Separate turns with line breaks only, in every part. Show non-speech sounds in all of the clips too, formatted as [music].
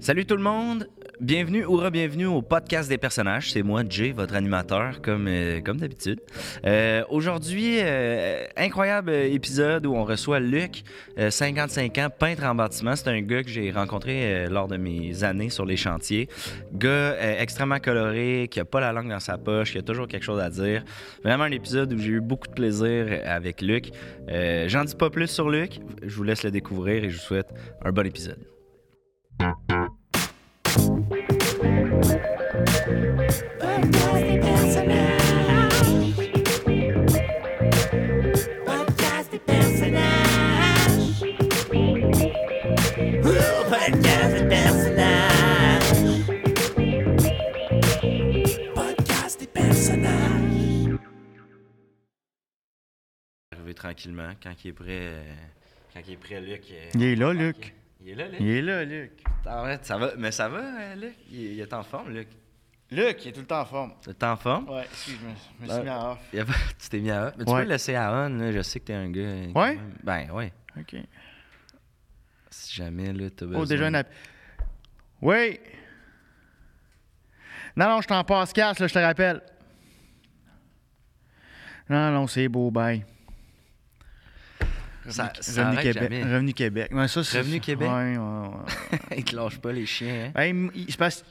Salut tout le monde, bienvenue ou re-bienvenue au podcast des personnages. C'est moi, Jay, votre animateur, comme, euh, comme d'habitude. Euh, Aujourd'hui, euh, incroyable épisode où on reçoit Luc, euh, 55 ans, peintre en bâtiment. C'est un gars que j'ai rencontré euh, lors de mes années sur les chantiers. Gars euh, extrêmement coloré, qui a pas la langue dans sa poche, qui a toujours quelque chose à dire. Vraiment un épisode où j'ai eu beaucoup de plaisir avec Luc. Euh, J'en dis pas plus sur Luc, je vous laisse le découvrir et je vous souhaite un bon épisode.
Podcast des personnages. Podcast des personnages. Ouh, Podcast des personnages. Podcast des personnages.
arriver tranquillement. Quand il est prêt, euh, quand il est prêt, Luc. euh,
Il est là,
tranquille.
Luc.
Il est là, Luc.
Il est là, Luc.
Arrête, ça va. Mais ça va, euh, Luc. Il, il est en forme, Luc.
Luc, il est tout le temps en forme.
Tu es en forme.
Ouais, excuse, je me, je me
Ouais.
suis mis en off.
Il y a pas- [laughs] tu t'es mis à on. Mais tu
Ouais.
peux le laisser à on, là. Je sais que t'es un gars. euh, quand
Ouais?
même. Ben, ouais.
OK.
Si jamais, là, t'as besoin.
Oh, déjà un appel. Oui. Non, non, je t'en passe casse, là, je te rappelle. Non, non, c'est beau, bye.
Ça,
Revenu-
ça
Revenu
arrête
Québec.
jamais.
Revenu Québec. Ouais, ça, c'est-
Revenu Québec?
Ouais, ouais, ouais.
[laughs] il te lâche pas les
[laughs]
chiens, hein.
Hey, m- il se passe.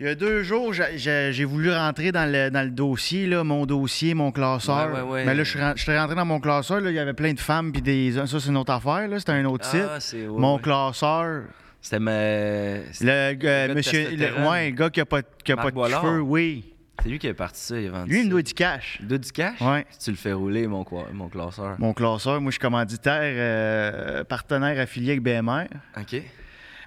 Il y a deux jours, j'a- j'a- j'ai voulu rentrer dans le, dans le dossier, là, mon dossier, mon classeur.
Ouais, ouais, ouais.
Mais là, je suis ren- je suis rentré dans mon classeur. Là, il y avait plein de femmes puis des hommes. Ça, c'est une autre affaire. là, C'était un autre
Ah,
site.
c'est. ouais,
mon
ouais.
classeur.
C'était ma. C'est
Le, euh,
de
monsieur,
testostérone.
le, ouais, le gars qui a pas, de- qui a
Marc
pas de
Boilard.
cheveux, oui.
c'est lui qui est parti ça, il a vendu.
Lui, il me
ça.
doit du cash.
Il doit du cash?
Ouais.
Si tu le fais rouler, mon, quoi- mon classeur.
Mon classeur, moi, je suis commanditaire, euh, partenaire affilié avec BMR.
OK.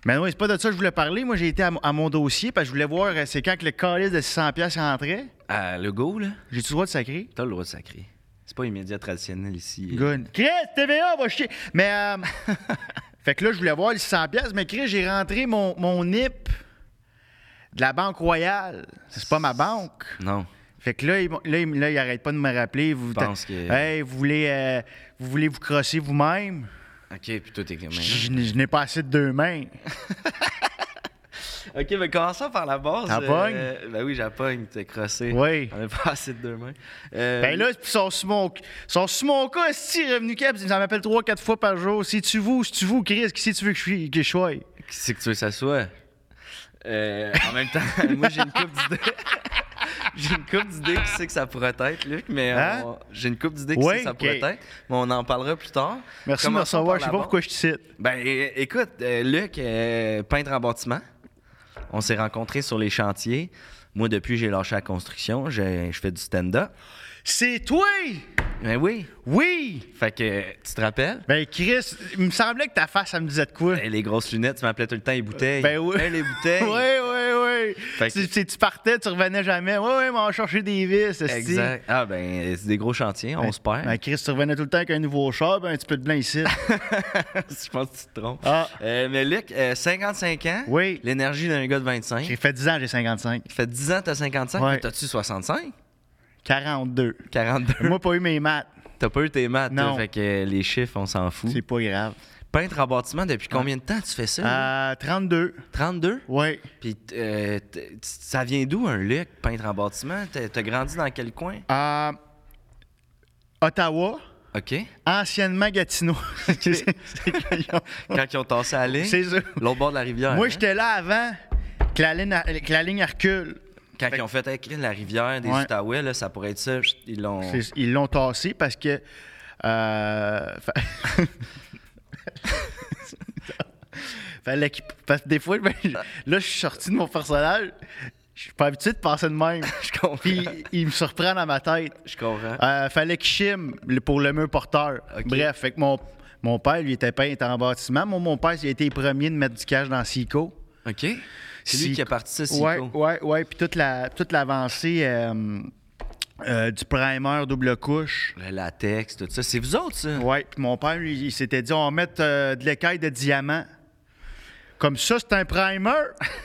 Mais non, c'est pas de ça que je voulais parler. Moi, j'ai été à, mon- à mon dossier parce que je voulais voir, euh, c'est quand que le calice de 600$ rentrait.
Ah, le go, là.
J'ai-tu le droit de sacrer?
T'as le droit de sacrer. C'est pas immédiat traditionnel ici.
Good. Chris, TVA va chier. Mais, euh, [laughs] fait que là, je voulais voir les 100 pièces, mais Chris, j'ai rentré mon, mon NIP de la Banque Royale. C'est pas ma banque.
Non.
Fait que là, il, là, il- là, il arrête pas de me rappeler. Vous,
Je pense que-
Hey, vous voulez, euh, vous voulez vous crosser vous-même?
OK, puis toi, t'es comme.
Je, je n'ai- je n'ai pas assez de deux mains.
Euh, OK, mais commençons par la base.
T'en
euh, Ben oui, j'appogne, t'es crossé.
Oui.
On a pas assez de deux mains. Euh,
Ben là, ils sont sous mon, ils sont sous mon cas, si revenu cap, ils en m'appellent trois, quatre fois par jour. Si tu vous, si tu vous, Chris, qui si tu veux que je suis- que je sois?
Qui c'est que tu veux que ça soit? Euh, en même temps, [laughs] moi, j'ai une coupe d'idées. [laughs] J'ai une coupe d'idées qui c'est que ça pourrait être, Luc, mais euh,
Hein?
on- j'ai une coupe d'idées qui
Oui,
c'est que ça
ok.
pourrait être, mais on en parlera plus tard.
Merci de me
Commençons
recevoir.
par
Je
la
sais pas
base.
pourquoi je te cite.
Ben, é- écoute, euh, Luc, euh, peintre en bâtiment, on s'est rencontrés sur les chantiers. Moi, depuis, j'ai lâché la construction, j'ai- je fais du stand-up.
C'est toi!
Ben oui,
Oui!
fait que tu te rappelles?
Ben, Chris, il me semblait que ta face, ça me disait de quoi?
Hey, les grosses lunettes, tu m'appelais tout le temps les bouteilles.
Ben oui.
Ben, Hey, les bouteilles.
[laughs] Ouais, ouais,
Fait
ouais.
que-
Tu, tu- tu partais, tu revenais jamais. Ouais, ouais, mais on cherchait des vis. esti.
Exact. Ah, ben, c'est des gros chantiers, on se perd. [laughs]
Ben, Chris, tu revenais tout le temps avec un nouveau char, ben, un petit peu de blanc ici.
Je pense que tu te trompes.
Ah.
Euh, mais Luc, euh, 55 ans,
Oui.
l'énergie d'un gars de 25.
J'ai fait 10 ans, j'ai 55.
Ça fait 10 ans que t'as 55,
Ouais.
mais t'as-tu 65?
42.
42.
Moi, pas eu mes maths.
[laughs] T'as pas eu tes maths,
Non.
toi, fait que euh, les chiffres, on s'en fout.
C'est Ah. pas grave.
Peintre en bâtiment, depuis combien de temps tu fais ça? là?
Euh, 32.
32?
Ouais.
Puis euh, t- t- ça vient d'où un Luc, peintre en bâtiment? T'as t'as grandi dans quel coin?
Euh, Ottawa,
OK.
anciennement Gatineau.
[laughs]
[laughs] C'est- c'est-
Quand ils ont tassé à la ligne,
C'est ça.
l'autre bord de la rivière.
Moi,
hein?
j'étais là avant que la ligne, que la ligne recule.
Quand ils ont fait écrire la rivière des
Ouais.
Outaouais, là, ça pourrait être ça. chut, Ils l'ont.
C'est- Ils l'ont tassé parce que. euh, fa- [laughs] Fallait qu'il- Parce que des fois, ben, je- là, je suis sorti de mon personnage. Je suis pas habitué de penser de même.
[laughs] Je comprends.
Puis il me surprend dans ma tête.
Je comprends.
Euh, fallait qu'il chime le- pour le mur porteur.
Ok.
Bref, fait que mon, mon père, lui, était peintre en bâtiment. Moi, mon père, il a été le premier de mettre du cash dans Sico.
OK. C'est lui
Si-
qui a parti ça, Sico.
Ouais, ouais, ouais. Puis toute la- toute l'avancée euh, euh, du primer double couche.
Le latex, tout ça. C'est vous autres, ça?
Oui, puis mon père, lui, il s'était dit on va mettre euh, de l'écaille de diamant. Comme ça, c'est un primer. [laughs]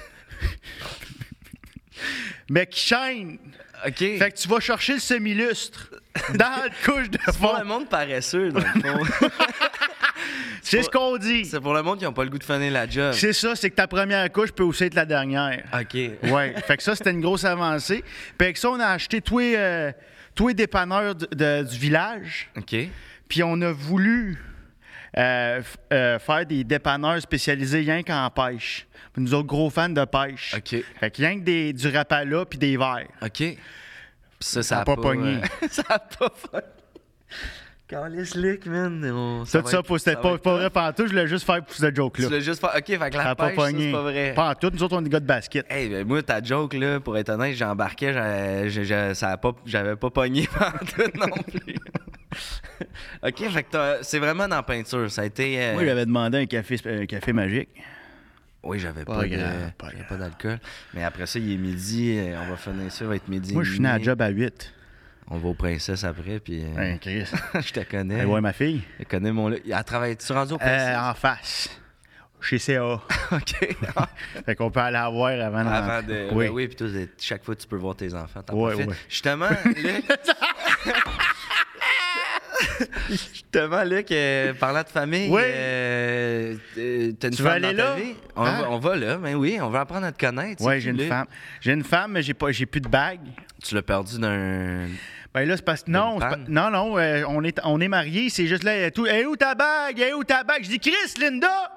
Mais qui chaîne.
OK.
Fait que tu vas chercher le semi-lustre dans le couche de
[laughs] C'est pas le
fond. [laughs]
monde paresseux, dans le fond.
C'est ce qu'on
[laughs]
dit.
C'est pour le monde qui n'a pas le goût de finir la job.
C'est ça, c'est que ta première couche peut aussi être la dernière.
Ah, OK.
Ouais, fait que ça, c'était une grosse avancée. Puis avec ça, on a acheté tous les, euh, tous les dépanneurs de- de- du village.
OK.
Puis on a voulu euh, f- euh, faire des dépanneurs spécialisés rien qu'en pêche. Nous autres, gros fans de pêche.
OK.
Fait que rien que des, du rapala puis des verres.
OK. Puis ça, ça
a
a
pas pogné.
euh, [laughs] ça a pas pogné. Calice Lick, man. on-
Tout
va
ça,
être-
pour- c'était
va
pas,
être
pas
tough.
vrai pantoute, je voulais juste faire pour ce
Tu
joke-là.
l'as juste pas. OK, fait que la
Ça a pas
pêche, ça, c'est
pogné.
pas vrai.
Pantoute, nous autres, on est des gars de basket.
Hey, ben, moi, ta joke, là, pour être honnête, j'embarquais, j'a- j'a- j'a- ça a pas- j'avais pas pogné [laughs] tout non plus. [laughs] OK, fait que t'as- c'est vraiment dans la peinture. Ça a été. euh,
Moi, j'avais demandé un café, un café magique.
Oui, j'avais
Pas
pas, de-
grave, pas
j'avais
grave.
pas d'alcool. Mais après ça, il est midi. euh, On va finir ça, va être midi.
Moi, je
et
suis venu à la
demi.
job à 8.
On va aux princesses après, puis. euh,
Hein, Chris.
[laughs] je te connais.
Allez voir ma fille.
Je connais mon. Elle travaille. Tu rendu aux
Euh,
princesses?
en face.
[laughs]
Chez CA.
OK.
fait qu'on peut aller la voir avant, de
Avant
rentrer.
de.
Ah, Oui.
Oui, oui puis toi, c'est- chaque fois, tu peux voir tes enfants. T'en
Ouais,
profites.
ouais. [laughs]
Justement, Luc. Justement, Luc, euh, parlant de famille,
Oui.
euh, euh, t'as une
Tu veux
femme
aller
dans ta
là?
vie? On,
Hein?
va, on va là, mais oui, on va apprendre à te connaître.
Ouais,
C'est
j'ai
qui,
une
Luc?
femme. J'ai une femme, mais j'ai pas, j'ai plus de bague.
Tu l'as perdu d'un.
Ben là, c'est parce que non,
Une
c'est pas-
panne.
non, non, euh, on est, on est mariés, c'est juste là, elle est tout. Hey, où ta bague? Hey, où ta bague? Je dis, Chris, Linda!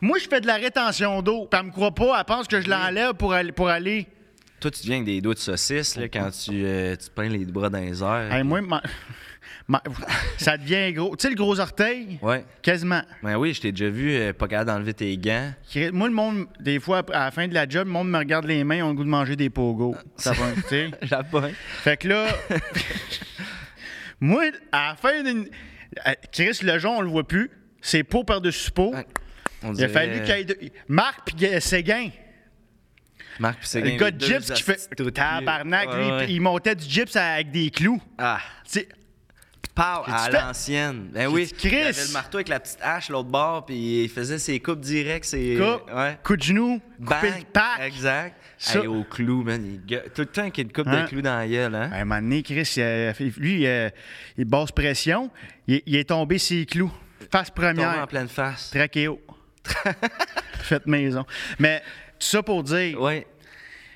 Moi, je fais de la rétention d'eau. Puis elle me croit pas, elle pense que je l'enlève pour aller. Pour aller.
Toi, tu viens avec des doigts de saucisse là, quand tu, euh, tu te peins les bras dans les airs.
Hey, moi, ma- ma- ça devient gros. Tu sais, le gros orteil?
Ouais.
Quasiment.
Ben oui, je t'ai déjà vu euh, pas capable d'enlever tes [laughs] gants.
Chris, Moi, le monde, des fois, à la fin de la job, le monde me regarde les mains, ils ont le goût de manger des pogos. Ça va,
[laughs]
tu sais.
Lapin.
Fait que là, [laughs] moi, à la fin d'une. euh, Chris Lejon, on le voit plus. C'est peau par-dessus peau.
Ouais, On
Il
dirait,
a fallu
euh,
qu'il y ait deux- Marc puis euh, Séguin.
Marc puis Séguin,
Le gars
les
de
deux
gyps qui fait.
hosties de
Tabarnak,
pieds.
lui,
Ouais, ouais.
il montait du gyps avec des clous.
Ah,
Tu sais,
pow,
J'ai-tu
à
fait-
l'ancienne. Ben oui,
dit, Chris!
il avait le marteau avec la petite hache l'autre bord, puis il faisait ses coupes directes, ses...
coupe,
Ouais.
coup de genou, couper
Bang,
le pack.
Exact.
Ça-
Hey, au clou, man. il gue- Tout le temps qu'il y a une coupe
Hein?
de clous dans la gueule, hein?
À un moment donné, Chris, il a fait- lui, euh, il basse pression, il, il est tombé sur les clous. Face
Tombé
première,
en pleine face.
trachéo.
[laughs]
Faites maison. Mais tout ça pour dire,
Ouais.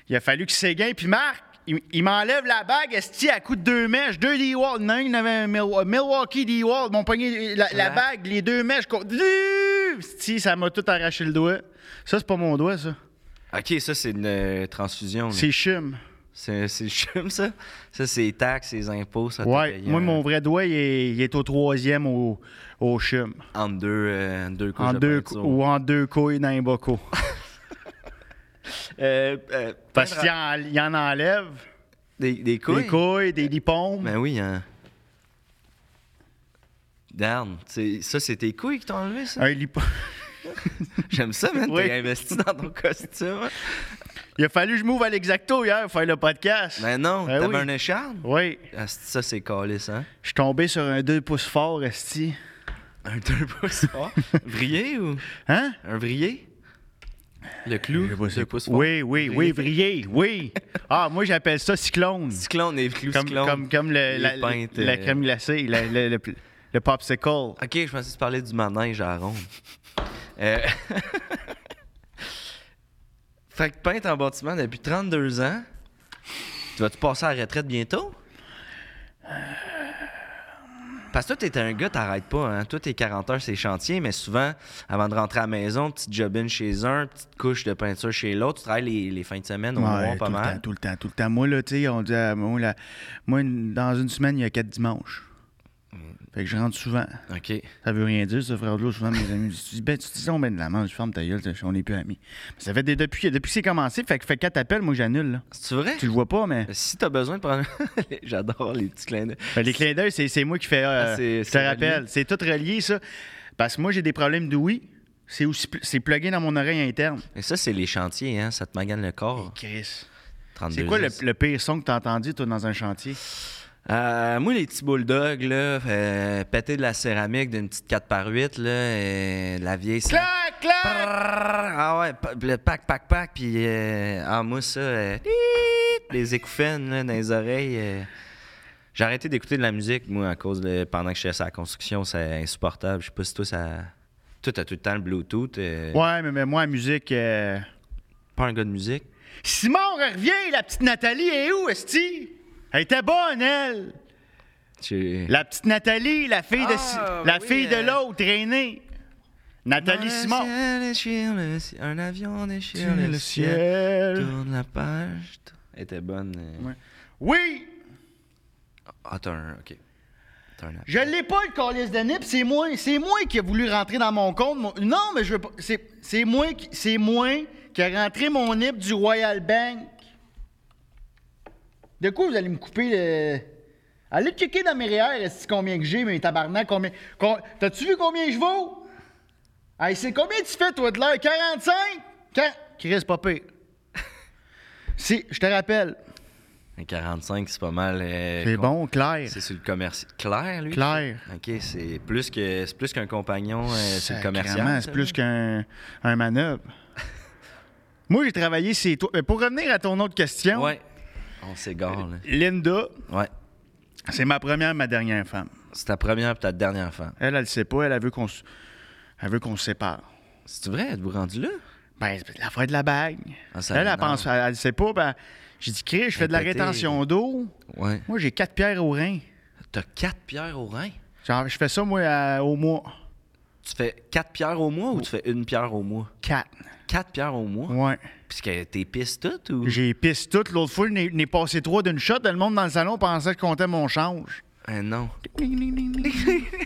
il a fallu que Séguin puis Marc, il, il m'enlève la bague, esti, à coup de deux mèches, deux D-Wall. Non, il y en avait un Mil- Milwaukee D-Wall, mon poignet, la, la
Ouais.
bague, les deux mèches. qu'on- Esti, ça m'a tout arraché le doigt. Ça, c'est pas mon doigt, ça.
OK, ça, c'est une euh, transfusion. là.
C'est chum.
Ah, C'est c'est [laughs] chum, ça? Ça, c'est les taxes, les impôts, ça. t'as
Ouais,
payé
moi,
un-
mon vrai doigt, il est, il est au troisième au, au chum.
En deux, euh, deux couches
En
de
deux, cou-
peinture.
ou en deux couilles dans
[laughs]
les bocaux.
Euh, euh,
Parce
peindre
qu'il en, il en enlève
Des, des couilles?
des couilles, des lipomes.
Ben oui, hein. Darn, c'est- ça, c'est tes couilles qui t'ont enlevé, ça?
Un lipo-
[laughs]
[laughs]
J'aime ça, man.
Oui.
T'es investi dans ton costume.
Il a fallu que je m'ouvre à l'exacto hier pour faire le podcast.
Ben non,
Ben
t'avais
oui.
un écharpe?
Oui,
Ah, c'est- ça, c'est calice, hein?
je suis tombé sur un 2 pouces fort, Esti.
Un deux pouces fort. [laughs] vrillé ou?
Hein?
Un vrillé? Le clou? deux pouces fort.
Oui, oui, oui, vrillé, oui. Ah, moi, j'appelle ça cyclone.
Cyclone et clou
Comme,
cyclone.
comme, comme le-
Les
la, la-
peintes,
la
euh, Ah,
crème glacée, la- le, le- le popsicle.
Ok, je pensais que tu parlais du manège à la ronde. Euh, [laughs] fait que peintre en bâtiment depuis 32 ans. Tu vas-tu passer à la retraite bientôt? Parce que toi, t'es un gars, t'arrêtes pas. Hein? Toi, t'es 40 heures, c'est chantier, mais souvent, avant de rentrer à la maison, petite jobine chez un, petite couche de peinture chez l'autre, tu travailles les, les fins de semaine au
Ouais,
moins
tout
pas
le
mal.
temps, tout le temps, tout le temps. Moi, là, tu sais, on dit, à- moi, la- moi, une- dans une semaine, il y a quatre dimanches.
Mm.
Fait que je rentre souvent.
OK.
Ça veut rien dire, ce frère-là. Souvent, mes amis me disent, tu dis, ben, tu dis, on ben de la manche, ferme ta gueule, on n'est plus amis. Mais ça fait des- depuis, depuis que c'est commencé, fait que fait quatre appels, moi, j'annule, là.
C'est vrai?
Tu le vois pas, mais.
Si t'as besoin de prendre. [laughs] J'adore les petits clins d'œil.
Ben, les clins d'œil, c'est c'est moi qui fais. euh,
Ah, c'est-
je te
c'est relié.
rappelle, c'est tout relié, ça. Parce que moi, j'ai des problèmes d'ouïe. C'est aussi pl- c'est plugué dans mon oreille interne.
Et ça, c'est les chantiers, hein? Ça te magane le corps.
Chris.
32
C'est quoi
ans,
le,
ça.
le pire son que t'as entendu, toi, dans un chantier?
Euh, moi, les petits bulldogs, là, euh, péter de la céramique d'une petite 4 par 8 là, euh, de la vieille... céramique.
Clac, clac!
Ah ouais, pa- le pack, pack, pack, puis euh, ah, moi, ça, euh, les écouphènes là, dans les oreilles. euh. J'ai arrêté d'écouter de la musique, moi, à cause de... Pendant que je suis à la construction, c'est insupportable. Je sais pas si toi, ça... Toi, t'as tout le temps le Bluetooth. euh,
Ouais, mais, mais moi, la musique. euh,
Pas un gars de musique.
Simon, revient, la petite Nathalie est où, Esti? Elle était bonne, elle!
Tu-
La petite Nathalie, la fille de, Si-
Ah,
la
oui,
fille
euh.
de l'autre, aînée. Nathalie Simon.
Un, ciel déchire le ci- un avion déchire le, ciel. Tourne la page. t- Elle était bonne. euh.
Ouais. Oui!
Ah, t'as un. Ok. T'as un app-
Je l'ai pas, le calice de nip, c'est moi, c'est moi qui a voulu rentrer dans mon compte. mon- Non, mais je veux pas. C'est, c'est moi qui, c'est moi qui a rentré mon nip du Royal Bank. De quoi vous allez me couper le. Allez checker dans mes REER, est combien que j'ai, mes tabarnak, combien. com- T'as-tu vu combien je vaux? Hey, c'est combien tu fais, toi, de l'heure? 45? Quand? Chris, pas pire. [laughs] si, je te rappelle.
Un 45, c'est pas mal. euh, com-
Claire.
C'est sur le commercial. Claire, lui
Claire.
Ok, c'est plus que c'est plus qu'un compagnon, euh, c'est le commercial.
Sacrément, C'est
ça,
plus
là.
qu'un un manœuvre. [laughs] Moi, j'ai travaillé chez toi. Mais pour revenir à ton autre question,
Ouais. On s'égare,
Euh,
là.
Linda,
Ouais.
c'est ma première, ma dernière femme.
C'est ta première et ta dernière femme.
Elle, elle le sait pas. Elle, elle veut qu'on se elle veut qu'on se sépare.
C'est vrai, êtes-vous rendu là?
Ben, c'est la fois de la bague.
Ah, ça
elle, elle
m'énerve.
pense, elle, elle le sait pas. Ben, j'ai dit, Chris, je fais de la
Elle est pétée.
rétention d'eau.
Ouais.
Moi, j'ai quatre pierres au rein.
T'as quatre pierres au rein?
Genre, je fais ça, moi, à- au mois.
Tu fais quatre pierres au mois ou tu fais une pierre au mois?
Quatre.
Quatre pierres au mois?
Ouais.
Puisque t'es pisse toutes ou?
J'ai pisse toute. L'autre fois, je n'ai- n'ai passé trois d'une shot. Le monde dans le salon pensait que je comptais mon change.
Ah non. [laughs]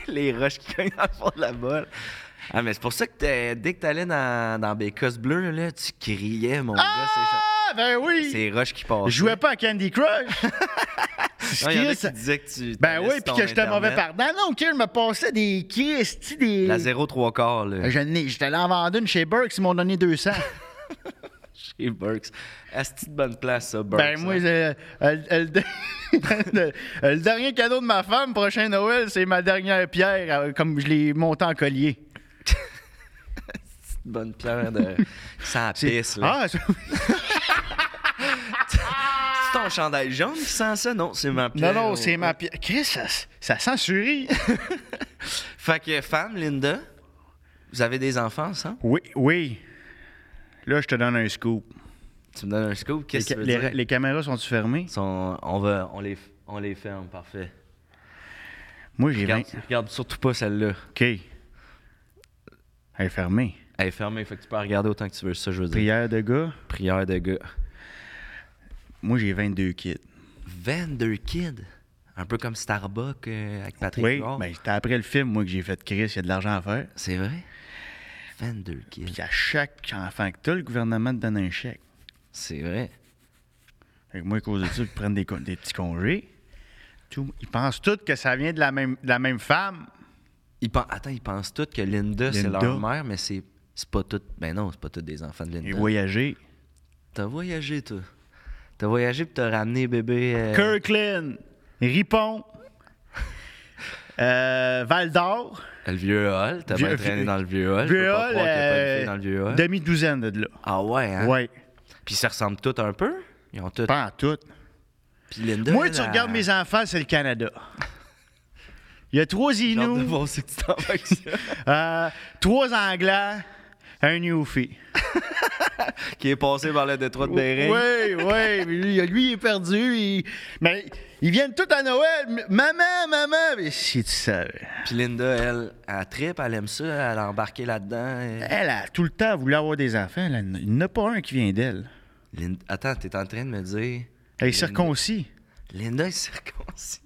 Les roches qui cognent dans le fond de la bolle. Ah, mais c'est pour ça que t'es- dès que t'allais dans, dans Bécosse Bleue, là, tu criais, mon gars. c'est cha-
Ah, ben oui!
C'est les roches qui passent.
Je jouais pas à
[laughs]
Candy Crush.
Non, il y en a
Chris,
qui disaient que tu.
ben
t'allais
oui,
sur
puis
ton
que j'étais
Internet.
mauvais pardon. Non, que je me passais des Christy, des.
La 0,3 quarts, là.
Je n'ai, j'étais allé en vendre une chez Burks, ils m'ont donné 200.
Chez Burks. Asti de bonne place, ça, [laughs] Burks.
ben moi,
hein.
euh, euh, le, le- [laughs] le dernier cadeau de ma femme, prochain Noël, c'est ma dernière pierre, euh, comme je l'ai montée en collier.
Petite bonne pierre
[laughs]
de. Ça
C'est-
pisse, là.
Ah, c'est-
C'est ton chandail jaune qui sent ça? Non, c'est ma
non,
pierre.
non,
au-
c'est ma pierre. Chris, ça, ça sent
[laughs]
surie.
Fait que, femme, Linda, vous avez des enfants, ça?
oui, oui. Là, je te donne un scoop.
Tu me donnes un scoop? Qu'est-ce que
Les,
tu veux
les-
dire?
les caméras sont-tu fermées?
Sont- on, va, on, les, on les ferme, parfait.
Moi, j'ai 20.
Regarde, regarde surtout pas celle-là.
OK. Elle est fermée.
Elle est fermée, fait que tu peux la regarder autant que tu veux, ça, je veux dire.
Prière de gars.
Prière de gars.
Moi, j'ai 22 kids.
22 kids. Un peu comme Starbucks euh, avec Patrick
Oui,
Huard.
mais c'était après le film, moi, que j'ai fait Chris, il y a de l'argent à faire.
C'est vrai? 22 kids.
Puis à chaque enfant que t'as, le gouvernement te donne un chèque.
C'est vrai.
Fait que moi, à cause de ça, ils prennent des, co- des petits congés. Tout- ils pensent tous que ça vient de la même, de la même femme.
Ils pen- Attends, ils pensent tous que Linda, c'est
Linda.
leur mère, mais c'est c'est pas tout. Ben non, c'est pas tous des enfants de
Et
Linda.
voyager.
T'as voyagé, toi. T'as voyagé pis t'as ramené bébé. euh,
Kirkland, Ripon, euh, Val d'Or,
Le vieux hall. T'as
Vieux-
bien traîné dans le vieux hall. Je peux
Vieux
pas
Hall,
croire qu'il y a pas une
euh,
fille dans le vieux hall.
demi-douzaine de là.
Ah ouais, hein?
Ouais,
Puis ils se ressemblent tous un peu. Ils ont tous.
pas en tout.
Puis Linda.
Moi,
elle,
tu
elle-
regardes mes enfants, c'est le Canada. Il y a trois
J'ai hâte de
Inuits,
voir si tu t'en vas avec ça.
euh, trois Anglais, un Newfie.
[laughs] Qui est passé par le détroit de
Oui,
Bering.
oui.
[laughs]
mais Lui, lui, il est perdu. il- Mais ils viennent tous à Noël. M- Maman, maman. Mais si tu savais.
Puis Linda, elle, elle tripe, elle aime ça, elle a embarqué là-dedans. et-
Elle a tout le temps voulu avoir des enfants. là. Il n'y en a pas un qui vient d'elle.
Linda- Attends, t'es en train de me dire.
Elle est
Linda-
circoncis.
Linda est circoncis.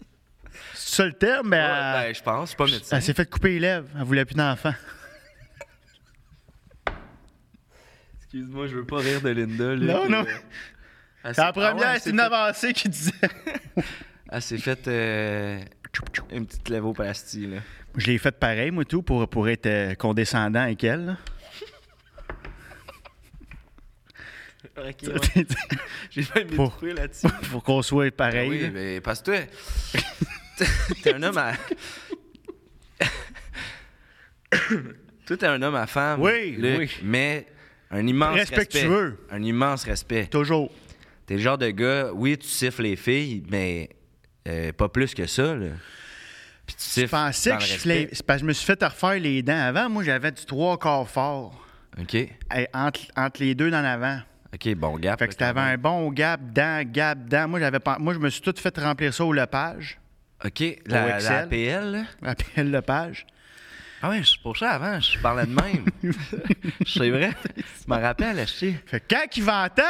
C'est ça le terme, mais elle-
Ouais, ben, je pense, je suis pas médecin.
elle s'est fait couper les lèvres. Elle voulait plus d'enfants.
Excuse-moi, je veux pas rire de Linda. là,
Non,
puis,
non.
euh, elle s'est-
La
Ah
première,
ouais,
c'est
elle
une
s'est
avancée qui disait.
fait- Elle s'est faite euh, une petite lèvoplastie, là.
Je l'ai fait pareil, moi, tout, pour, pour être euh, condescendant avec elle. là.
J'ai même
Pour-
détruit là-dessus.
[laughs] pour qu'on soit pareil.
Ah Oui,
là.
mais parce que
[laughs]
toi- t'es un homme à. [coughs] toi, t'es un homme à femme.
Oui,
Luc,
oui.
Mais un immense
Respectueux.
respect. Un immense respect.
Toujours.
T'es le genre de gars, oui, tu siffles les filles, mais euh, pas plus que ça, là. Puis tu
Je
siffles.
pensais
dans
que
le
je,
respect.
l'ai- c'est parce que je me suis fait refaire les dents. Avant, moi, j'avais du trois quarts fort
OK.
eh, entre, entre les deux dans l'avant.
OK, bon gap.
Fait que t'avais un bon gap, dents, gap, dents. Moi, j'avais, pas- moi, je me suis tout fait remplir ça au Lepage.
OK, la,
Au
la
Excel.
APL, là.
Appelle Lepage.
Ah oui, c'est pour ça, avant, je parlais de
[laughs]
même. c'est vrai. Je me rappelle, acheter.
Fait que quand il ventait,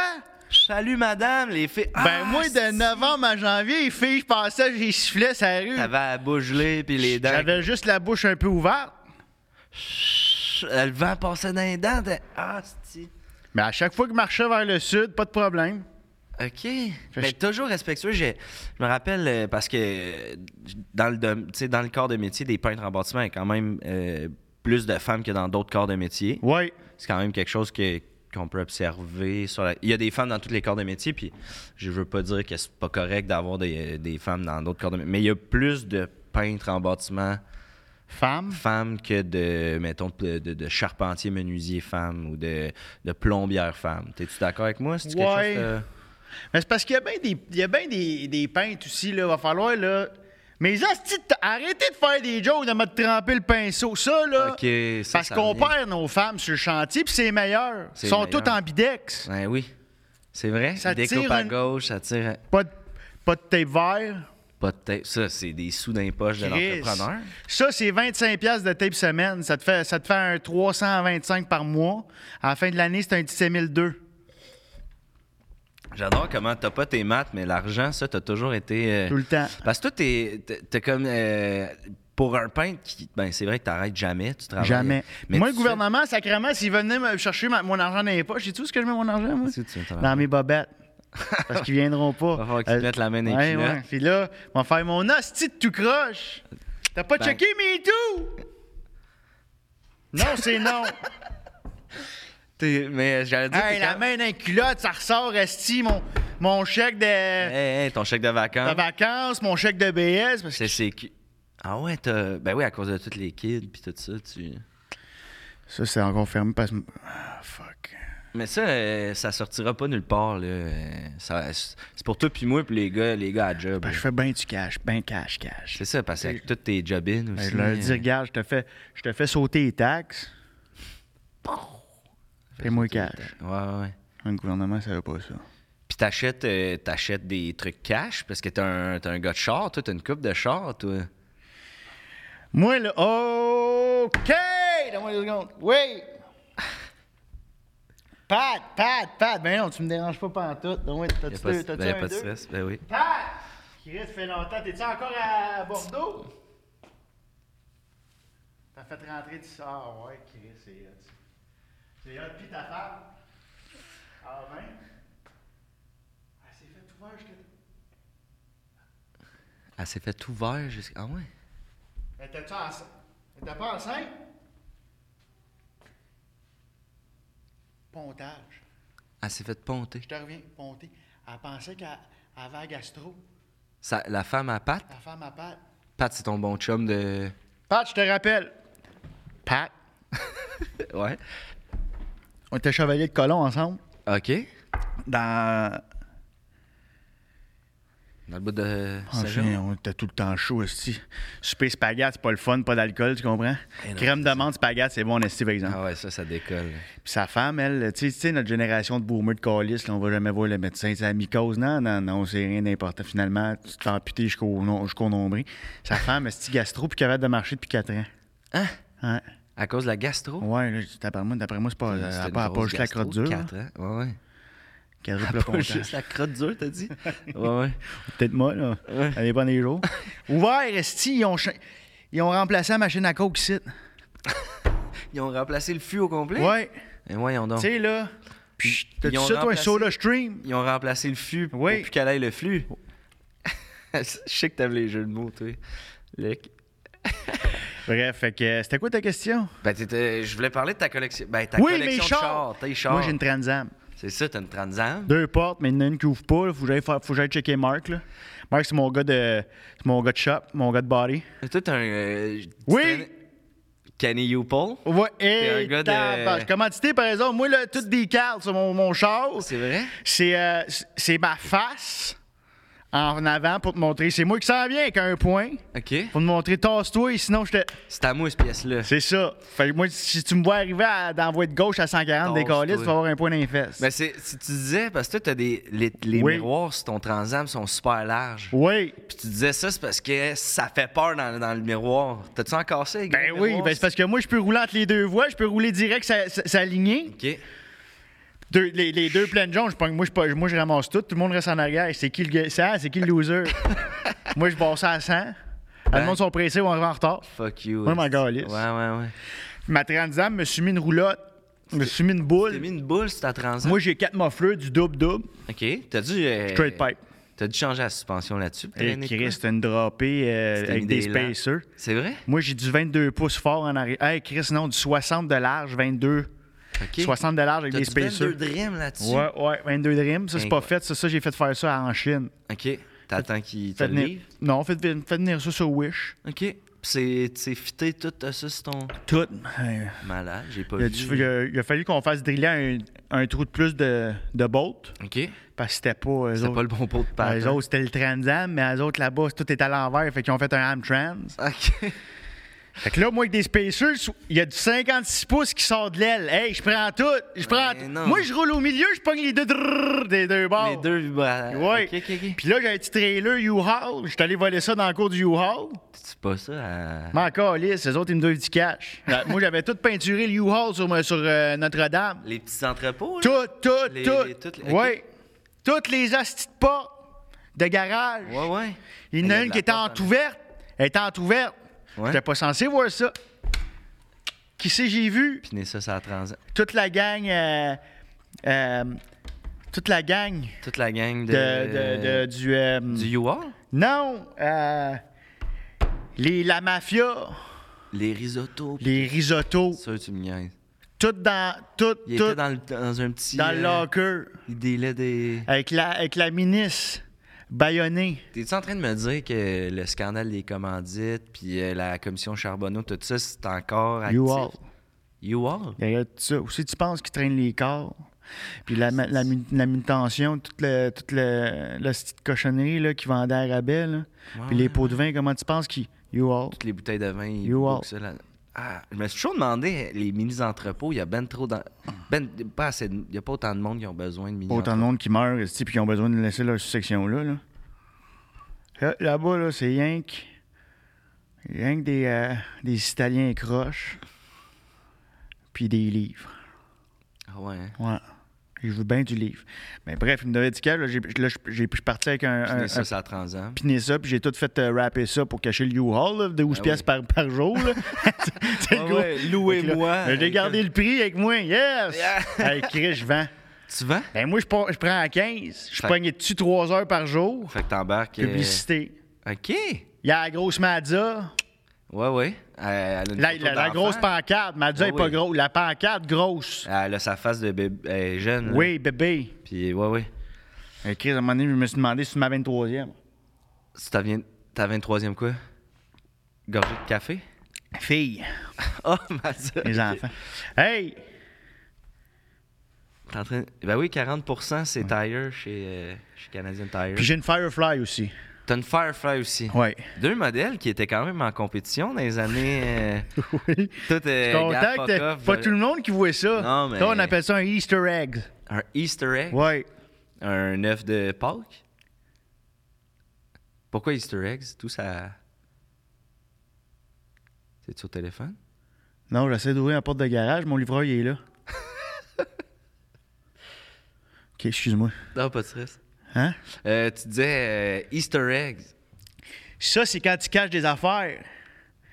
Salut, madame, les filles.
ben
Ah,
moi, de
si,
novembre à janvier, les filles, je passais, j'y sifflais sa rue.
T'avais la bouche gelée, puis les dents.
J'avais juste la bouche un peu ouverte.
Chut, Le vent passait dans les dents. t'es- Ah, si.
Mais à chaque fois que je marchais vers le sud, pas de problème.
OK.
que
Mais
je-
toujours respectueux. j'ai- Je me rappelle euh, parce que euh, dans le, dom- tu sais, dans le corps de métier, des peintres en bâtiment, il y a quand même euh, plus de femmes que dans d'autres corps de métier.
Oui.
C'est quand même quelque chose que- qu'on peut observer. Sur la- Il y a des femmes dans tous les corps de métier, puis je veux pas dire que c'est pas correct d'avoir des, euh, des femmes dans d'autres corps de métier. Mais il y a plus de peintres en bâtiment
Femme.
femmes que de, mettons, de, de, de charpentier menuisier femmes ou de, de plombière femmes. T'es-tu d'accord avec moi? C'est-tu quelque
Ouais.
chose de-
Mais c'est parce qu'il y a bien des, il y a bien des, des peintes aussi, là. Va falloir, là. Mais les hosties de ta- arrêtez de faire des jokes, de me tremper le pinceau. Ah! Ça, là.
Ok, ça,
parce
ça
qu'on
revient.
perd nos femmes sur le chantier, puis c'est meilleur.
C'est
Ils sont
meilleur.
toutes en bidex.
Ben oui. C'est vrai.
Ça
Découpe
tire
à
une-
gauche, ça tire à-
Pas de, pas de tape vert.
pas de tête. Ça, c'est des sous dans les poches de
Chris.
l'entrepreneur.
Ça, c'est 25$ piastres de tape semaine. Ça te fait, ça te fait un 325 par mois. À la fin de l'année, c'est un 17 200.
J'adore comment t'as pas tes maths, mais l'argent, ça, t'as toujours été. euh,
Tout le temps.
Parce que toi, t'es t'es- t'es comme. euh, Pour un peintre, qui- ben c'est vrai que t'arrêtes jamais, tu travailles.
Jamais.
Mais
moi,
tu
le gouvernement, sacrément, s'il venait me chercher ma- mon argent dans les poches, sais-tu où est-ce que je mets mon argent, moi?
C'est où tu mets ton argent?
dans mes bobettes. Parce qu'ils viendront
[laughs]
pas.
Va falloir qu'ils te mettent la main dans les
ouais,
culottes.
ouais. Puis là, ils vont faire mon hostie de tout croche. T'as pas
Ben.
checké mes tout? Non, c'est non.
[laughs] fais- t'es- Mais j'allais dire.
hey,
t'es
la
comme-
main dans les culottes, ça ressort, esti, mon, mon chèque de,
Hey, hey, ton chèque de
de
vacances.
vacances, mon chèque de BS. Parce que
hein? C'est CQ. Ah ouais, t'as. Ben oui, à cause de tous les kids puis tout ça, tu.
ça, c'est encore fermé parce que... Ah, fuck.
Mais ça, euh, ça sortira pas nulle part, là. Euh, ça- C'est pour toi puis moi puis les gars, les gars à job.
Ben, je fais bien du cash, bien cash, cash.
C'est ça, parce que avec toutes tes jobines
Ben,
aussi.
je leur dis,
euh,
regarde, je te fais, je te fais sauter les taxes. Fais-moi cash.
Ouais, ouais, ouais.
Le gouvernement, ça veut pas ça.
Puis t'achètes, euh, t'achètes des trucs cash parce que t'es un, t'es un gars de char, toi, t'as une coupe de char, toi.
Moi, là, OK! Donne-moi deux secondes. Oui! Pat, Pat, Pat! Ben non, tu me déranges pas pantoute. Donne-moi,
Y a
t'as-tu
pas, de-
deux- t'as-tu
ben, y a
un
pas de
deux?
stress. Ben oui.
Pat! Chris, fait longtemps. T'es-tu encore à Bordeaux? T'as fait rentrer du sort. Ah ouais, Chris, c'est hot. C'est hot. Puis ta femme? Ah ben? Elle s'est fait ouvert jusqu'à...
Elle s'est fait ouvert jusqu'à. Ah ouais.
Elle était-tu enceinte? Elle était pas enceinte? Pontage.
Elle s'est fait ponter.
Je te reviens, ponter. Elle pensait qu'elle elle avait un gastro.
Ça- la femme à Pat.
La femme à Pat.
Pat, c'est ton bon chum de.
Pat, je te rappelle. Pat?
Ouais.
On était chevalier de colon ensemble.
OK. Ah,
Dans.
Dans le bout de. Saint-Jean.
Enfin, on était tout le temps chaud aussi. Souper spaghetti, c'est pas le fun, pas d'alcool, tu comprends?
Eh non,
Crème
c'est
de menthe, spaghetti, c'est bon, on est par exemple.
Ah ouais, ça, ça décolle.
Puis sa femme, elle, tu sais- tu sais, notre génération de boomers de calice, là, on va jamais voir le médecin. C'est la mycose, non, non, non, c'est rien d'important. Finalement, tu t'es amputé jusqu'au nom- jusqu'au nombril.
[laughs]
Sa femme, est gastro, puis capable de marcher depuis 4 ans.
Hein?
Ouais,
À cause de la gastro?
ouais là, d'après moi, d'après moi, c'est pas,
C'était
elle
une
part pas
grosse
juste la
gastro,
crotte dure. hein.
quatre ans. Ouais, ouais.
Quadruple
[laughs] Pas
pontage.
juste la crotte dure, t'as
[laughs]
dit? ouais, ouais.
Peut-être moi, là. Elle est bonne
[laughs]
les jours. Ouvert, Esti, ils ont, cha- ils ont remplacé la machine à coke ici.
Ils ont remplacé le fût au complet?
Ouais.
Et voyons donc.
Tu sais, là. psh, T'as-tu
ils ont
ça, toi, un
remplacé-
soda stream?
Ils ont remplacé le fût pour
Oui.
plus qu'elle aille le flux. [laughs] Je sais que t'aimes les jeux de mots, toi. Luc.
Bref, fait que euh, c'était quoi ta question?
Ben, t'étais- je voulais parler de ta collection. Ben, ta
oui, mes
collection de
chars.
chars. Tes chars.
Moi, j'ai une Transam.
C'est ça, t'as une Transam.
Deux portes, mais il y en a une qui ouvre pas. là. Faut que j'aille faire- faut que j'aille checker Marc. Là. Marc, c'est mon gars de. C'est mon gars de shop, mon gars de body.
Mais Toi, t'es un. euh, tu
Oui.
traînais- Kenny Youpol.
Ouais,
un
hey,
gars de-
tabarnak. Commandité, par exemple, moi, là, Oh. toutes des cartes sur mon, mon char.
C'est vrai?
C'est euh, c'est ma face en avant pour te montrer. C'est moi qui s'en viens avec un point.
OK.
Pour te montrer, tasse-toi, sinon je te.
C'est à moi, cette pièce-là.
C'est ça. Fait que moi, si tu me vois arriver à, dans la voie de gauche à 140 des
Tasse-toi.
câlisses, tu vas avoir un point dans les fesses.
Mais c'est, si tu disais, parce que toi, t'as des, les, les
Oui.
miroirs sur ton transam sont super larges.
oui.
Puis tu disais ça, c'est parce que ça fait peur dans, dans le miroir. T'as-tu encore ça, les gars,
Ben
les
oui,
miroirs?
ben c'est parce que moi, je peux rouler entre les deux voies, je peux rouler direct sa, sa, sa lignée.
OK.
Deux- les, les deux pleines jaunes, je pogne- moi, je, pogne- moi, je ramasse tout, tout le monde reste en arrière. C'est qui le gars- ça, c'est qui
[laughs]
le loser? moi, je bosse ça à 100. Tout le
Ben.
monde sont pressés, on arrive en retard.
Fuck you.
Ouais, ma
esti.
galice.
Ouais, ouais, ouais.
Ma transam me suis mis une roulotte, me suis mis une
T'as
boule.
mis une boule sur ta transam.
Moi, j'ai quatre moffleurs du double-double,
OK. T'as dû... euh,
straight pipe.
T'as dû changer la suspension là-dessus. pour
Et
l'année de
Chris,
quoi?
c'était une drapée euh,
C'était
avec
une
des
des lames.
spacers.
C'est vrai?
Moi, j'ai du 22 pouces fort en arrière. Hey, Chris, non, du 60 de large, 22.
OK.
60 de large avec
T'as
des
du 22
spacers.
dreams là-dessus.
Ouais, ouais, 22 dreams. Ça, c'est pas
Incroyable.
fait. Ça, ça j'ai fait faire ça en Chine.
OK. T'attends qu'il te
Fait
le
venir...
livre.
Non, fait, fait venir ça sur Wish.
OK. Puis C'est c'est fité tout euh, ça sur ton...
Tout. Hey,
Malade, j'ai pas
Il a,
vu.
dû- il a- il a fallu qu'on fasse driller un, un trou de plus de, de bolt
OK.
parce que c'était pas eux
C'est
autres.
pas le bon pot de
Ah,
pâte.
eux autres, c'était le Transam, mais eux autres, là-bas, tout est à l'envers. Fait qu'ils ont fait un Amtrans.
[laughs] OK.
Fait que là, moi, avec des spacers, il y a du 56 pouces qui sort de l'aile. Hey, je prends tout. Je prends
Mais
tout.
non.
Moi, je roule au milieu, je pogne les deux drrrr des deux bords.
Les deux vibrateurs.
Oh. Ouais.
OK, OK, OK.
Puis là, j'ai un petit trailer U-Haul. Je suis allé voler ça dans le cours du U-Haul.
C'est pas ça à...
Mais encore, lisse, eux autres, ils me doivent du cash. Euh, Moi, j'avais tout peinturé le U-Haul sur, ma- sur euh, Notre-Dame.
Les petits entrepôts, là?
Tout, tout,
Les-
tout.
les- toutes les-
Ouais. Toutes les hosties de portes de garage.
Ouais, ouais.
Il y
Il
en
y
a
a
une
de
qui
la porte,
était
hein.
entrouverte. Elle était entrouverte.
Ouais.
J'étais pas censé voir ça. Qui c'est j'ai vu?
Piner ça, ça trans...
Toute la gang... euh, euh, toute la gang
Toute la gang de...
de, de- de- du... euh,
Du UR?
Non! euh, les, la mafia,
Les risottos.
les risottos,
Ça, tu me niaises.
tout dans... Tout,
Il
tout
était dans, le- dans un petit...
dans le Euh.
euh,
locker.
Il délait des...
Avec la, avec la ministre baïonnée.
T'es-tu en train de me dire que le scandale des commandites puis euh, la commission Charbonneau, tout ça, c'est encore actif?
You all.
You all?
Derrière tout ça. Aussi, tu penses qu'ils traînent les corps. Puis la, ma- la, mu- la manutention, toute la, toute la, la petite cochonnerie là, qui vendait à rabais. là. Puis les pots de vin, comment tu penses qu'ils. You all.
Toutes les bouteilles de vin, ils
You
bookent ça
all.
là- Ah, je me suis toujours demandé, eh, les mini-entrepôts, il y a ben trop d'en- ben, pas assez de- Il n'y a pas autant de monde qui ont besoin de mini
Pas autant de monde qui meurt, esti, puis qui ont besoin de laisser leur section-là. Là. Là, Là-bas, là, c'est Yank. Yank des, euh, des Italiens croches. Puis des livres.
Ah ouais. hein?
Ouais. Et je veux bien du livre. Mais bref, il me devait du cash. Là, j'ai- là, je- j'ai- je suis parti avec un,
Puis
un,
ça,
un
ça transam.
piné ça, Euh, puis j'ai tout fait euh, rapper ça pour cacher le U-Haul, là, de 12
Ah
pièces par, par jour.
[laughs]
là. [laughs] C'est le
Ah
gros.
ouais, louez-moi.
Fait que là, J'ai gardé le prix avec moi, yes!
Yeah.
Hey, Chris, je vends.
Tu vends?
Ben moi, je, pars- je prends à 15. Je
Fait-
pognais dessus 3 heures par jour.
Fait que t'embarques. euh,
Publicité.
OK. Ouais,
Il y a la grosse Mazda.
ouais. Euh, Elle a une
La,
photo
la- la
d'enfant.
grosse pancarte. Mazda
Ah
n'est pas
oui.
grosse. La pancarte grosse.
Elle a sa face de bébé elle est jeune. là.
Oui, bébé.
Puis ouais, ouais.
Hey, Chris, à un moment donné, je me suis demandé si c'est ma 23e.
Si t'as vien- ta 23e quoi? Gorgée de café? [laughs]
Fille,
Oh, ma Dieu.
les
[laughs]
enfants. Hey!
T'es en train- Ben oui, 40 c'est Tire chez, euh, chez Canadian Tire.
Puis j'ai une Firefly aussi.
T'as une Firefly aussi.
Ouais.
Deux modèles qui étaient quand même en compétition dans les années.
[laughs]
euh,
Oui.
tout est.
Contact, euh, pas tout le monde qui voit ça.
Non, mais-
Toi, on appelle ça un Easter egg.
Un Easter egg.
Ouais.
Un œuf de Pâques. Pourquoi Easter eggs Tout ça. C'est au téléphone
Non, j'essaie d'ouvrir la porte de garage, mon livreur, il est là. OK, excuse-moi.
Non, pas de stress.
Hein?
Euh, tu disais euh, Easter eggs.
Ça, c'est quand tu caches des affaires.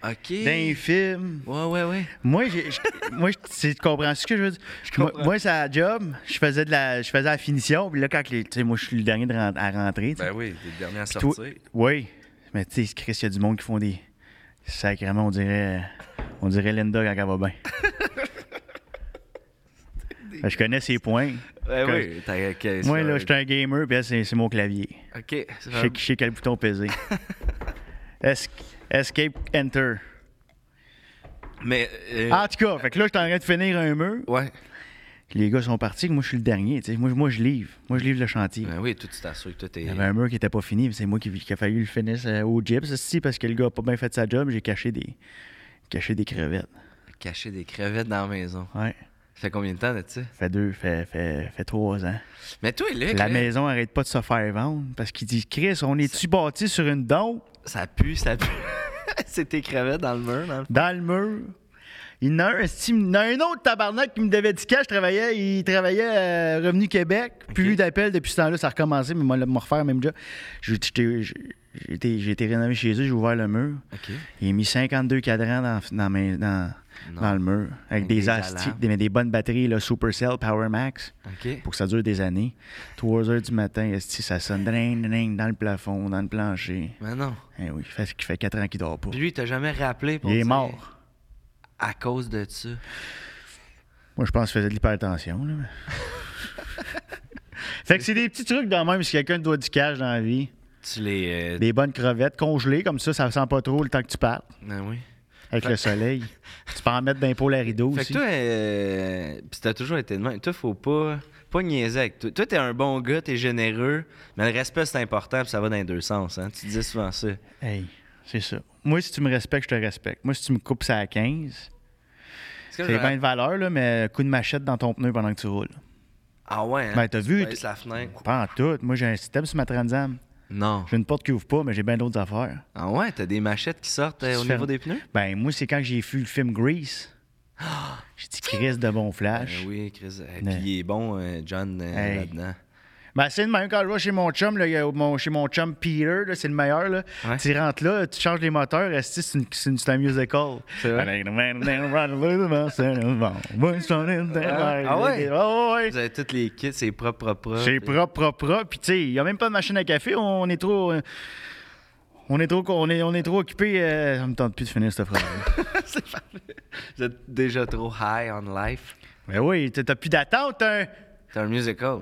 Ok.
Dans les films.
Ouais, ouais, ouais.
Moi, j'ai- j'- moi je- c'est- tu comprends ce que je veux dire? Moi, moi, c'est à la job, je faisais, de la, je faisais la finition, puis là, quand les, tu sais, moi, je suis le dernier de ren- à rentrer. tu sais.
Ben oui, t'es le dernier à
Toi- oui, mais tu sais, Chris, il y a du monde qui font des. Sacrément, on dirait, euh, on dirait Linda quand elle va bien. Ben, je connais ses points.
Ouais, oui. t'as- ok,
Moi,
ça- euh,
là, je suis un gamer, puis elle, c'est c'est mon clavier.
Ok. ça
Je
va-
sais,
[laughs]
je sais quel bouton peser. Es- Escape, enter.
Mais. euh,
Ah, En tout cas, fait que là, je suis en train de finir un mur.
Ouais.
les gars sont partis, que moi, je suis le dernier. tu sais. Moi, je- moi, je livre. Moi, je livre le chantier.
Ben oui, tout tu t'assures que tout est.
Il y avait un mur qui était pas fini, puis c'est moi qui, qui a fallu le finir euh, au gyps aussi parce que le gars a pas bien fait sa job, j'ai caché des caché des crevettes.
Cacher des crevettes dans la maison.
Ouais.
Ça fait combien de temps de ça?
Fait deux, fait, fait, fait trois ans.
Mais toi, Luc, hein,
La
là,
maison arrête pas de se faire vendre parce qu'ils disent Chris, on est-tu bâti sur une dompe
ça pue, ça pue. [laughs] c'est tes crevettes dans le mur, dans le
dans le mur? Il y en a un, esti, il y en a un autre tabarnak qui me devait du cash. Je travaillais, il travaillait à Revenu Québec. Plus d'appels depuis ce temps-là, ça a recommencé, mais moi, là, me refaire le même job. J'ai j'ai- j'ai été, j'ai été rénové chez eux, j'ai ouvert le mur.
OK.
Il a mis 52 cadrans dans, dans, mes- dans-
Non.
dans le mur, avec
Avec
des,
des
asti-
alarmes.
des, mais des bonnes batteries, là, Supercell, Power Max,
OK.
pour que ça dure des années. 3 heures du matin, esti, ça sonne dring, dring, dans le plafond, dans le plancher.
Mais non.
Eh oui, fait, ça fait 4 ans qu'il dort pas.
Puis lui, il t'a jamais rappelé pour
Il est
dire
mort.
À cause de ça.
Moi, je pense qu'il faisait de
[laughs]
l'hypertension. là. fait que c'est des petits trucs dans le même si quelqu'un te doit du cash dans la vie.
Tu les. euh,
Des bonnes crevettes congelées, comme ça, ça sent pas trop le temps que tu partes,
Ah oui.
avec le soleil. Tu peux en mettre d'un pôle à rideau
Fait
aussi.
que toi, euh, pis t'as toujours été de même. Toi, faut pas, pas niaiser avec toi. Toi, t'es un bon gars, t'es généreux, mais le respect, c'est important, pis ça va dans les deux sens. Hein? Tu dis souvent ça.
Hey, c'est ça. Moi, si tu me respectes, je te respecte. Moi, si tu me coupes ça à 15,
C'est
c'est bien de valeur, là, mais coup de machette dans ton pneu pendant que tu roules.
Ah ouais, hein?
Ben, t'as vu,
Tu
t'es-
baisses la fenêtre.
Pas en tout. Moi, j'ai un système sur ma Transam.
Non.
J'ai une porte qui ouvre pas, mais j'ai bien d'autres affaires.
Ah ouais, t'as des machettes qui sortent euh, au
Tu
niveau
fermes-
des pneus?
Ben, moi, c'est quand j'ai vu le film Grease. [gasps] J'ai dit Chris de bon flash.
Ben oui, Chris. Et
Non.
puis il est bon, euh, John, euh,
Hey.
là-dedans.
Ben, c'est le même quand je vais chez mon chum, là, il y a mon- chez mon chum Peter, là, c'est le meilleur. Là.
Ouais.
Tu rentres là, tu changes les moteurs, esti, c'est une, c'est une, c'est un musical. Ben,
C'est vrai? Ah ouais?
Ah ouais?
Vous avez tous les kits, c'est propre, propre, propre.
C'est propre, propre, propre. Puis, tu sais, il n'y a même pas de machine à café. On est trop. euh, On est trop, on est, on est trop occupé. euh, ça me tente plus de finir cette phrase.
[laughs] C'est parfait. Vous êtes déjà trop high on life.
Mais Ben oui, t'as t'as plus d'attente. hein.
C'est un musical.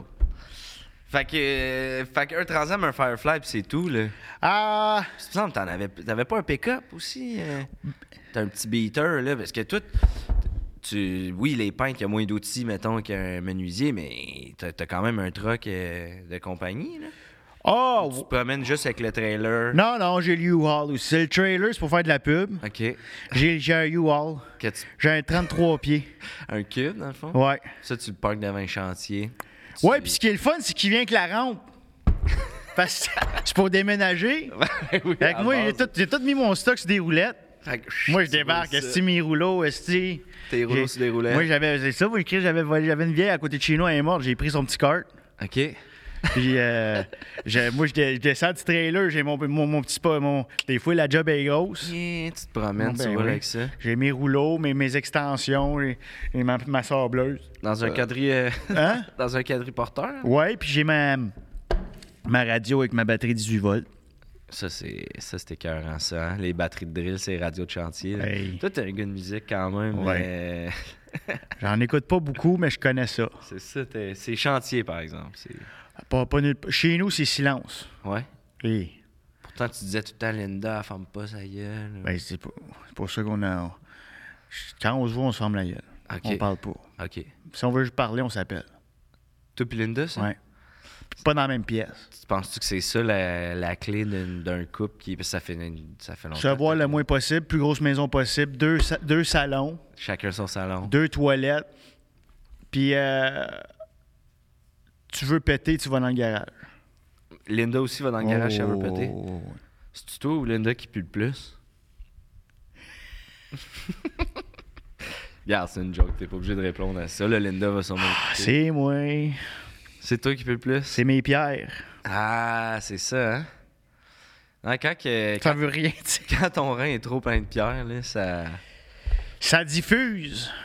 Fait que, euh, fait que un Transam, un Firefly, pis c'est tout, là.
Ah,
Il me semble que t'en avais, t'avais pas un pick-up aussi. euh? T'as un petit beater, là, parce que toi, tu, oui, les peintres, il y a moins d'outils, mettons, qu'un menuisier, mais t'as, t'as quand même un truck euh, de compagnie, là.
oh,
Tu te promènes juste avec le trailer.
non, non, j'ai le U-Haul aussi. C'est le trailer, c'est pour faire de la pub.
OK.
J'ai j'ai un U-Haul.
Que tu-
J'ai un 33 pieds.
un cube, dans le fond.
Ouais.
Ça, tu le parques devant un chantier. Tu- [laughs]
Ouais, puis ce qui est le fun, c'est qu'il vient avec la rampe. Parce que c'est pour déménager.
oui,
Fait que
à
moi, j'ai
base.
tout, j'ai tout mis mon stock sur des roulettes.
Fait que,
Moi, je
c'est
débarque,
ça.
esti, mes rouleaux, esti.
Tes rouleaux
J'ai-
sur des roulettes.
Moi, j'avais, c'est ça, vous écrivez, j'avais, volé- j'avais une vieille à côté de chez nous, elle est morte, j'ai pris son petit cart.
OK.
Puis, euh, j'ai- moi, je, dé- je descends du trailer, j'ai mon, mon, mon petit pas, mon. Des fois, la job est grosse.
Yeah, tu te promènes,
Ben
tu roules
oui.
avec ça.
J'ai mes rouleaux, mes, mes extensions, j'ai- j'ai ma, ma sableuse.
Dans un quadri... euh,
[laughs] Hein?
[laughs] dans un quadriporteur.
Ouais, puis j'ai ma, ma radio avec ma batterie 18 volts.
Ça, c'est ça, c'est écœurant, ça. hein? Les batteries de drill, c'est les radios de chantier. là.
Hey.
Toi, t'es un gars de musique quand même.
Ouais.
mais- [laughs]
J'en écoute pas beaucoup, mais je connais ça.
c'est ça, t'es- c'est chantier, par exemple. c'est-
Pas, pas nulle- Chez nous, c'est silence.
Ouais.
Et,
Pourtant, tu disais tout le temps, Linda, elle ferme pas sa gueule.
ben, c'est pour, c'est pour ça qu'on a. on- Quand on se voit, on se ferme la gueule.
Ok.
On parle pas.
OK.
Si on veut juste parler, on s'appelle.
Toi pis Linda, ça?
Ouais. Pas dans la même pièce.
Tu penses-tu que c'est ça la, la clé d'une- d'un couple qui. parce que ça fait, une- ça fait longtemps.
Se voir le moins possible, plus grosse maison possible, deux, sa- deux salons,
Chacun son salon.
deux toilettes, puis euh, tu veux péter, tu vas dans le garage.
Linda aussi va dans le garage, elle veut péter.
Oh.
C'est toi ou Linda qui pue le
[laughs]
plus? Regarde, c'est une joke, t'es pas obligé de répondre à ça. Là, Linda va sûrement.
Ah,
écouter.
C'est moi,
c'est toi qui pue le plus?
c'est mes pierres.
Ah, c'est ça, hein? Non, quand, que-
Ça
quand,
veut rien dire.
quand ton rein est trop plein de pierres, là, ça.
Ça diffuse. [laughs]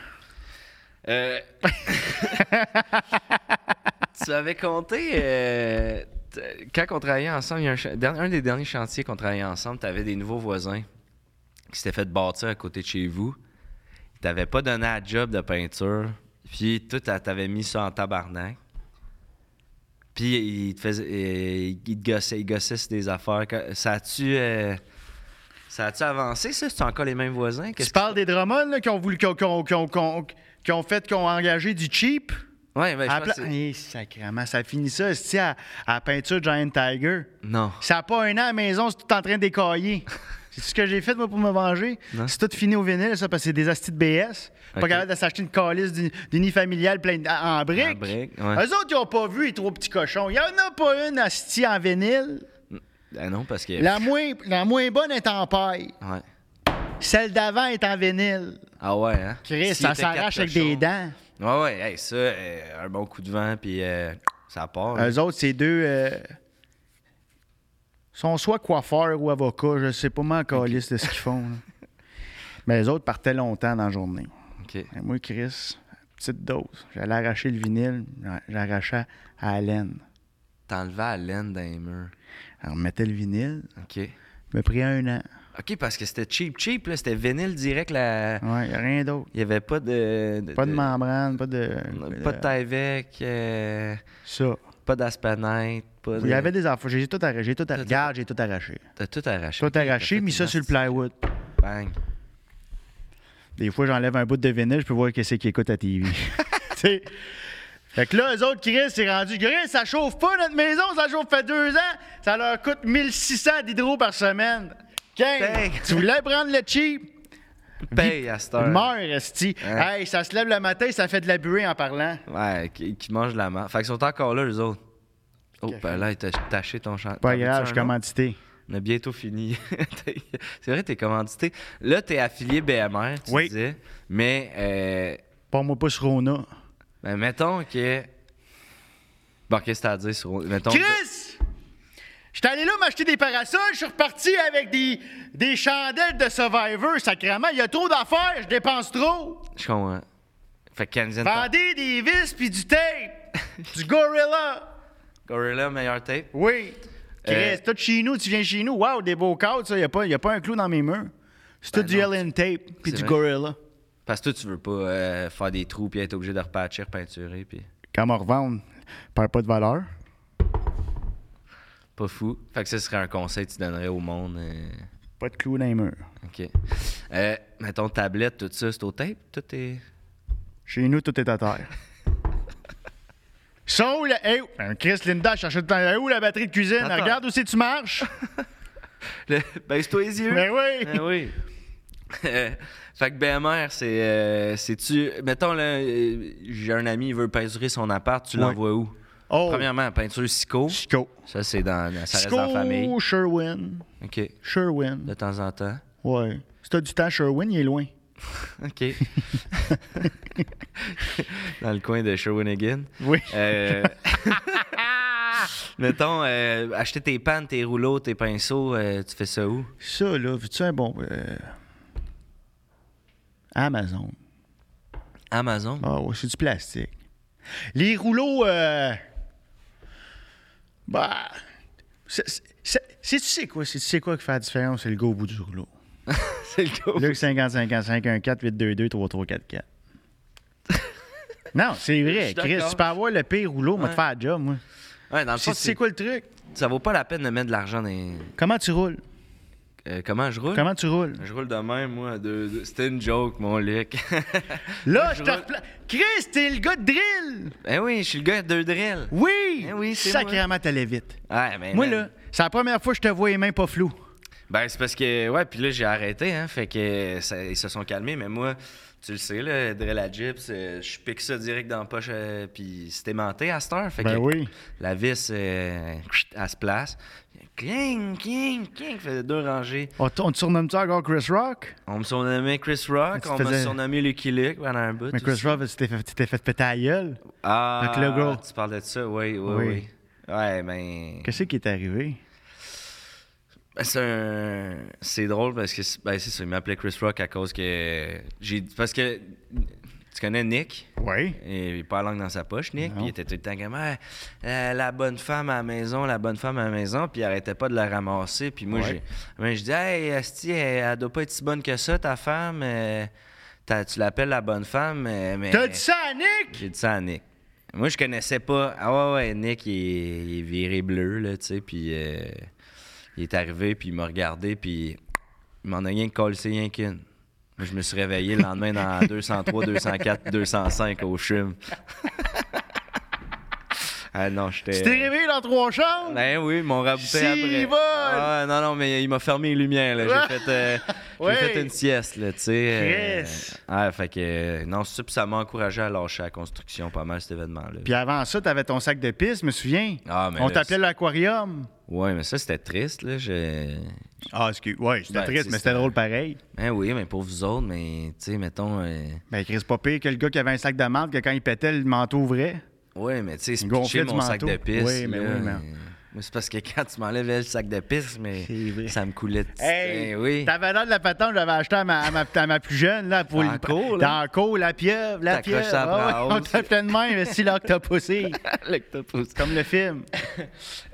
Euh, tu avais compté. euh, t- Quand on travaillait ensemble, il y a un, cha- dernier- un des derniers chantiers qu'on travaillait ensemble, tu avais des nouveaux voisins qui s'étaient fait bâtir à côté de chez vous. Ils t'avaient pas donné à job de peinture. Puis tout, à- t'avais mis ça en tabarnak. Puis ils te, faisaient- euh, ils te gossaient, ils gossaient sur des affaires. Que- Ça a-tu. euh, ça a-tu avancé, ça? C'est encore les mêmes voisins?
Tu
Qu'est-ce
parles des Drummond là, qui ont voulu, qui ont, qui ont- qui ont- qui ont- qui ont fait, qui ont engagé du cheap.
Ouais, ben, je pense
À la
que
pla-
c'est-
Eh, sacrément, ça finit ça, c'est à, à la peinture Giant Tiger.
Non.
Ça n'a pas un an à la maison, c'est tout en train
[laughs]
de décailler. C'est ce que j'ai fait, moi, pour me venger.
Non.
C'est tout fini au vinyle, ça, parce que c'est des astis de BS. Pas
Ok.
capable de s'acheter une calice d'uni- d'unifamilial plein de- en en briques.
En briques, ouais.
Eux autres, ils n'ont pas vu les trois petits cochons. Il n'y en a pas une astie en vinyle.
Ah non, parce que.
La moins, la moins bonne est en paille.
Ouais.
Celle d'avant est en vinyle.
Ah ouais, hein?
Chris,
S'il
ça
était quatre
s'arrache avec
cochons.
des dents.
Ouais, ouais, hey, ça, euh, un bon coup de vent, puis euh, ça part. là.
Eux autres, ces deux euh, sont soit coiffeurs ou avocats. Je sais pas moi encore liste de ce qu'ils font. là. Mais les autres partaient longtemps dans la journée.
OK.
Et moi, Chris, petite dose. J'allais arracher le vinyle, j'a- j'arrachais à la laine.
T'enlevais la laine dans les murs.
Alors, mettait le vinyle,
OK.
me pris un an.
OK, parce que c'était cheap, cheap, là. C'était vinyle direct, là.
Ouais, y a rien d'autre.
Il y avait pas de. de-
Pas de
de-
membrane, pas de.
Pas de Tyvek, euh,
Ça.
pas d'aspanite, pas de.
Il y avait des affaires. J'ai tout arraché. J'ai tout,
T'as-
arraché. Regarde, j'ai tout arraché.
T'as tout arraché.
Tout arraché, mis ça sur le plywood.
Bang.
Des fois, j'enlève un bout de vinyle, je peux voir qu'est-ce qu'ils écoutent
[laughs]
à TV. Tu sais. Fait que là, eux autres, Chris, c'est rendu. Chris, ça chauffe pas notre maison, ça chauffe fait deux ans. Ça leur coûte 1600 d'hydro par semaine. Quinze.
Dang.
Tu voulais prendre le cheap?
Paye à cette heure.
Meurs, Esti.
Ouais.
Hey, ça se lève le matin, ça fait de la buée en parlant.
Ouais, qui, qui mange de la marde. Fait qu'ils sont encore là, les autres. Oh, ben là, t'as taché ton chantier.
Pas grave, je suis commandité.
On a bientôt fini. [laughs] T'es- c'est vrai, t'es commandité. Là, t'es affilié BMR, tu
Oui.
disais. Mais, euh,
Pas-moi pas sur Rona.
ben, mettons que. Bon, qu'est-ce que t'as à dire sur. Mettons.
Chris!
ben-
J'étais allé là m'acheter des parasols, je suis reparti avec des, des chandelles de Survivor, sacrément. Il y a trop d'affaires, je dépense trop.
Je comprends. Fait que Kanzan.
Vendez des vis puis du [laughs] tape. du Gorilla.
Gorilla, meilleur tape.
Oui. Chris,
Euh,
tout chez nous, tu viens chez nous. Wow, des beaux cadres, ça. Il n'y a, pas un clou dans mes murs. C'est tout
Ben
du
non.
Ellen tape puis
C'est
du
vrai.
Gorilla.
Parce que toi, tu veux pas euh, faire des trous puis être obligé de repatcher, repeinturer, puis.
Quand on revendre, perd pas de valeur.
Pas fou. Fait que ça serait un conseil que tu donnerais au monde. euh,
Pas de clou dans les murs.
OK. Euh, mettons, tablette, tout ça, c'est au tape? Tout est. [laughs]
Chez nous, tout est à [laughs] terre. Sauf la. Hey, ben, Chris Linda, cherche tout le temps. Hey, où la batterie de cuisine?
Attends.
Regarde où c'est que tu [laughs] marches.
Le... Baisse-toi les yeux.
ben oui.
Ben oui. Euh, [laughs] fait que BMR, c'est. euh, c'est-tu. Mettons, là, euh, j'ai un ami, il veut peinturer son appart, tu l'envoies où?
Oh.
Premièrement, peinture Sico.
Chico.
Ça, c'est dans. Ça reste
Chico,
dans la famille.
Sherwin.
OK.
Sherwin.
De temps en temps.
Ouais. Si t'as du temps, Sherwin, il est loin.
OK.
[laughs]
dans le coin de Shawinigan.
Oui.
Euh, [laughs] mettons, euh, acheter tes pannes, tes rouleaux, tes pinceaux, euh, tu fais ça où?
Ça, là, veux-tu un bon. euh, Amazon.
Amazon.
Ah ouais, c'est du plastique. Les rouleaux. euh, Bah. c'est- c'est- c'est- C'est-tu sais quoi? C'est-tu sais quoi qui fait la différence? C'est le go au bout du rouleau.
[laughs] c'est le go.
Luc 50-55-1-4-822-3344. non, c'est
Je
vrai.
suis
Chris,
d'accord.
tu peux avoir le pire rouleau, moi, te
Ouais.
faire la job, moi.
Ouais, dans le fond,
C'est
c'est,
c'est quoi le truc?
ça vaut pas la peine de mettre de l'argent dans. les-
Comment tu roules?
euh, comment je roule?
Comment tu roules?
Je roule de même, moi. à deux- deux- C'était une joke, mon Luc. [laughs]
Là, je te
roule.
repla- Chris, t'es le gars de drill!
eh oui, je suis le gars de deux drills.
Oui! Eh
Eh oui, c'est moi.
Sacrément, t'allais vite.
Ouais, mais
Moi,
man.
là, c'est la première fois que je te vois les mains pas floues.
Ben, c'est parce que, ouais, puis là, j'ai arrêté, hein, fait que ça- ils se sont calmés, mais moi, tu le sais, là, drill à gyps, euh, je pique ça direct dans la poche, euh, puis c'est aimanté à cette heure, fait
Ben
que
oui.
la vis, euh, elle se place, cling, cling, cling, fait deux rangées.
On t- on te surnomme-tu encore Chris Rock?
On me surnommait Chris Rock,
Tu te
on m'a
faisais-
surnommé Lucky Luke pendant un bout.
Mais Chris
aussi.
Rock, tu t'es fait, tu t'es fait péter la gueule.
Ah,
Fait que le gros.
tu parlais de ça, oui, oui,
Oui.
oui. Ouais, ben...
Qu'est-ce qui est arrivé?
Ben, C'est un- c'est drôle parce que c'est- ben, c'est ça, il m'appelait Chris Rock à cause que j'ai parce que tu connais Nick
Oui.
et il a pas la langue dans sa poche Nick
Non.
puis il était tout le temps comme Ah, euh, la bonne femme à la maison la bonne femme à la maison puis il arrêtait pas de la ramasser puis moi
Ouais.
j'ai ben, je dis hey Asti elle, elle doit pas être si bonne que ça ta femme euh, t'as- tu l'appelles la bonne femme euh, mais
T'as dit ça à Nick?
j'ai dit ça à Nick. Moi, je connaissais pas. Ah ouais, ouais, Nick, il est, il est viré bleu, là, tu sais, puis euh, il est arrivé, puis il m'a regardé, puis il m'en a rien que collé, c'est rien qu'une.
[laughs]
Moi, je me suis réveillé le lendemain dans 203, 204, 205 au chum. [laughs] Ah non, j'étais.
Tu t'es réveillé dans trois chambres?
Ben oui, ils m'ont rabouté
Si,
après.
il vole!
Ah, non, non, mais il m'a fermé les lumières. là. J'ai fait,
[laughs]
euh, j'ai
Ouais.
fait une sieste, là, tu sais. euh,
Chris.
ouais, fait que. euh, non, c'est ça, puis ça m'a encouragé à lâcher la construction pas mal, cet événement-là.
Puis avant ça, t'avais ton sac de pisse, je me souviens.
Ah, mais
On
là,
t'appelait
c'est-
l'aquarium.
Ouais, mais ça, c'était triste, là. je-
Ah, excuse. Ouais, c'était
Ben,
triste,
c'est-
mais c'était drôle pareil.
Ben oui, mais pour vous autres, mais, tu sais, mettons. euh,
Ben, Chris, pas pire que le gars qui avait un sac de menthe, que quand il pétait, le manteau ouvrait.
Ouais, mais tu sais, c'est
Une gonflée
pitcher
du
mon sac
manteau.
de pisse.
Oui, mais
là,
oui, mais-
euh, moi, c'est parce que quand tu m'enlèves le sac de pisse, mais
C'est vrai.
ça me coulait de
Hey,
Eh oui.
T'avais l'air de la patente que j'avais acheté à ma, à ma- à ma plus jeune, là, pour
Dans
le
le cours, là.
Dans le cours, la pieuvre, la
T'accroches
pieuvre.
ça après
Ah
la
ouais, on
hausse.
t'appelait de même, si là que t'as poussé.
L'octopus.
Comme le film.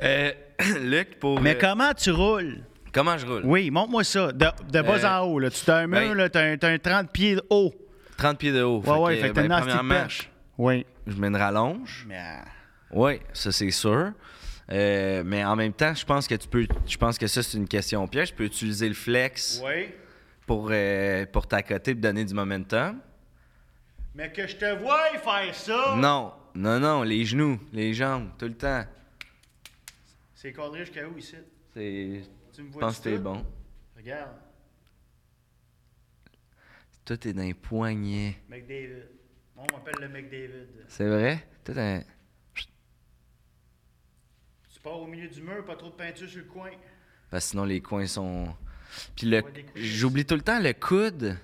Euh, [coughs] Luc, pour.
Mais
euh,
comment tu roules?
Comment je roule?
Oui, montre-moi ça. De, de bas
Euh,
en haut, là. Tu t'as un mur,
ben-
là, t'as un, t'as un 30 pieds de haut.
30 pieds de haut.
Ouais, ouais, fait que
ben,
t'as une nasty
premièrement,
perche. Oui.
Je mets une rallonge.
Mais, ah,
Oui, ça c'est sûr. Euh, mais en même temps, je pense que tu peux. Je pense que ça, c'est une question piège. Tu peux utiliser le flex pour, euh, pour t'accoter et donner du momentum.
Mais que je te vois faire ça.
Non, non, non, les genoux, les jambes, tout le temps.
C'est cadré jusqu'à où ici?
C'est.
Tu me
Je pense que t'es bon.
Regarde,
Toi, t'es d'un poignet.
McDavid. On m'appelle le McDavid.
C'est vrai? Toi, t'es un-
Tu pars au milieu du mur, pas trop de peinture sur le coin.
Parce que sinon, les coins sont. Puis le...
Ouais, des couches.
j'oublie tout le temps le coude.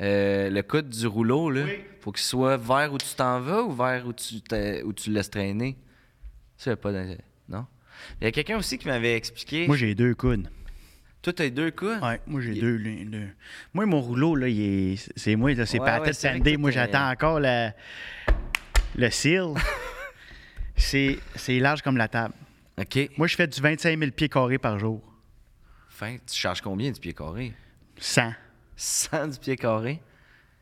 Euh, le coude du rouleau, là.
Oui.
Faut qu'il soit vers où tu t'en vas ou vers où tu, t'es- où tu le laisses traîner. Ça, y a pas de- Non? Il y a quelqu'un aussi qui m'avait expliqué.
Moi, j'ai deux coudes.
Toi, t'as deux [laughs] coudes?
Ouais, moi, j'ai
Il-
deux, les deux. Moi, mon rouleau, là, il est... c'est moi, là, c'est
Ouais,
pas la
ouais,
tête
c'est vrai
sandée.
que
Moi,
t'es-
j'attends encore le,
[laughs]
le seal. c'est... c'est large comme la table.
OK.
Moi, je fais du 25 000 pieds carrés par jour.
Enfin, tu charges combien du pied carré?
100.
100 du pied carré?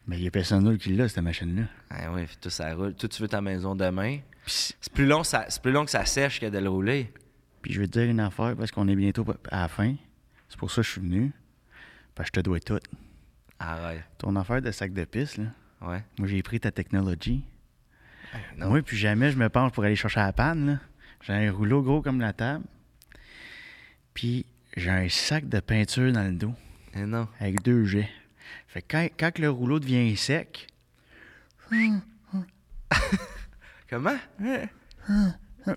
Mais il n'y a personne d'autre qui l'a, cette machine-là.
Ah oui, tout ça roule. Toi, tu veux ta maison demain.
Puis,
C'est plus long, ça- c'est plus long que ça sèche que de le rouler.
puis je vais te dire une affaire, parce qu'on est bientôt à la fin. C'est pour ça que je suis venu. Parce que je te dois tout.
Arrête.
Ton affaire de sac de piste, là.
Ouais.
Moi, j'ai pris ta technologie.
Ben, non.
Moi, puis jamais je me penche pour aller chercher la panne. là. J'ai un rouleau gros comme la table. Puis j'ai un sac de peinture dans le dos
Eh non.
avec deux jets. Fait que quand, quand que le rouleau devient sec, [laughs]
Comment?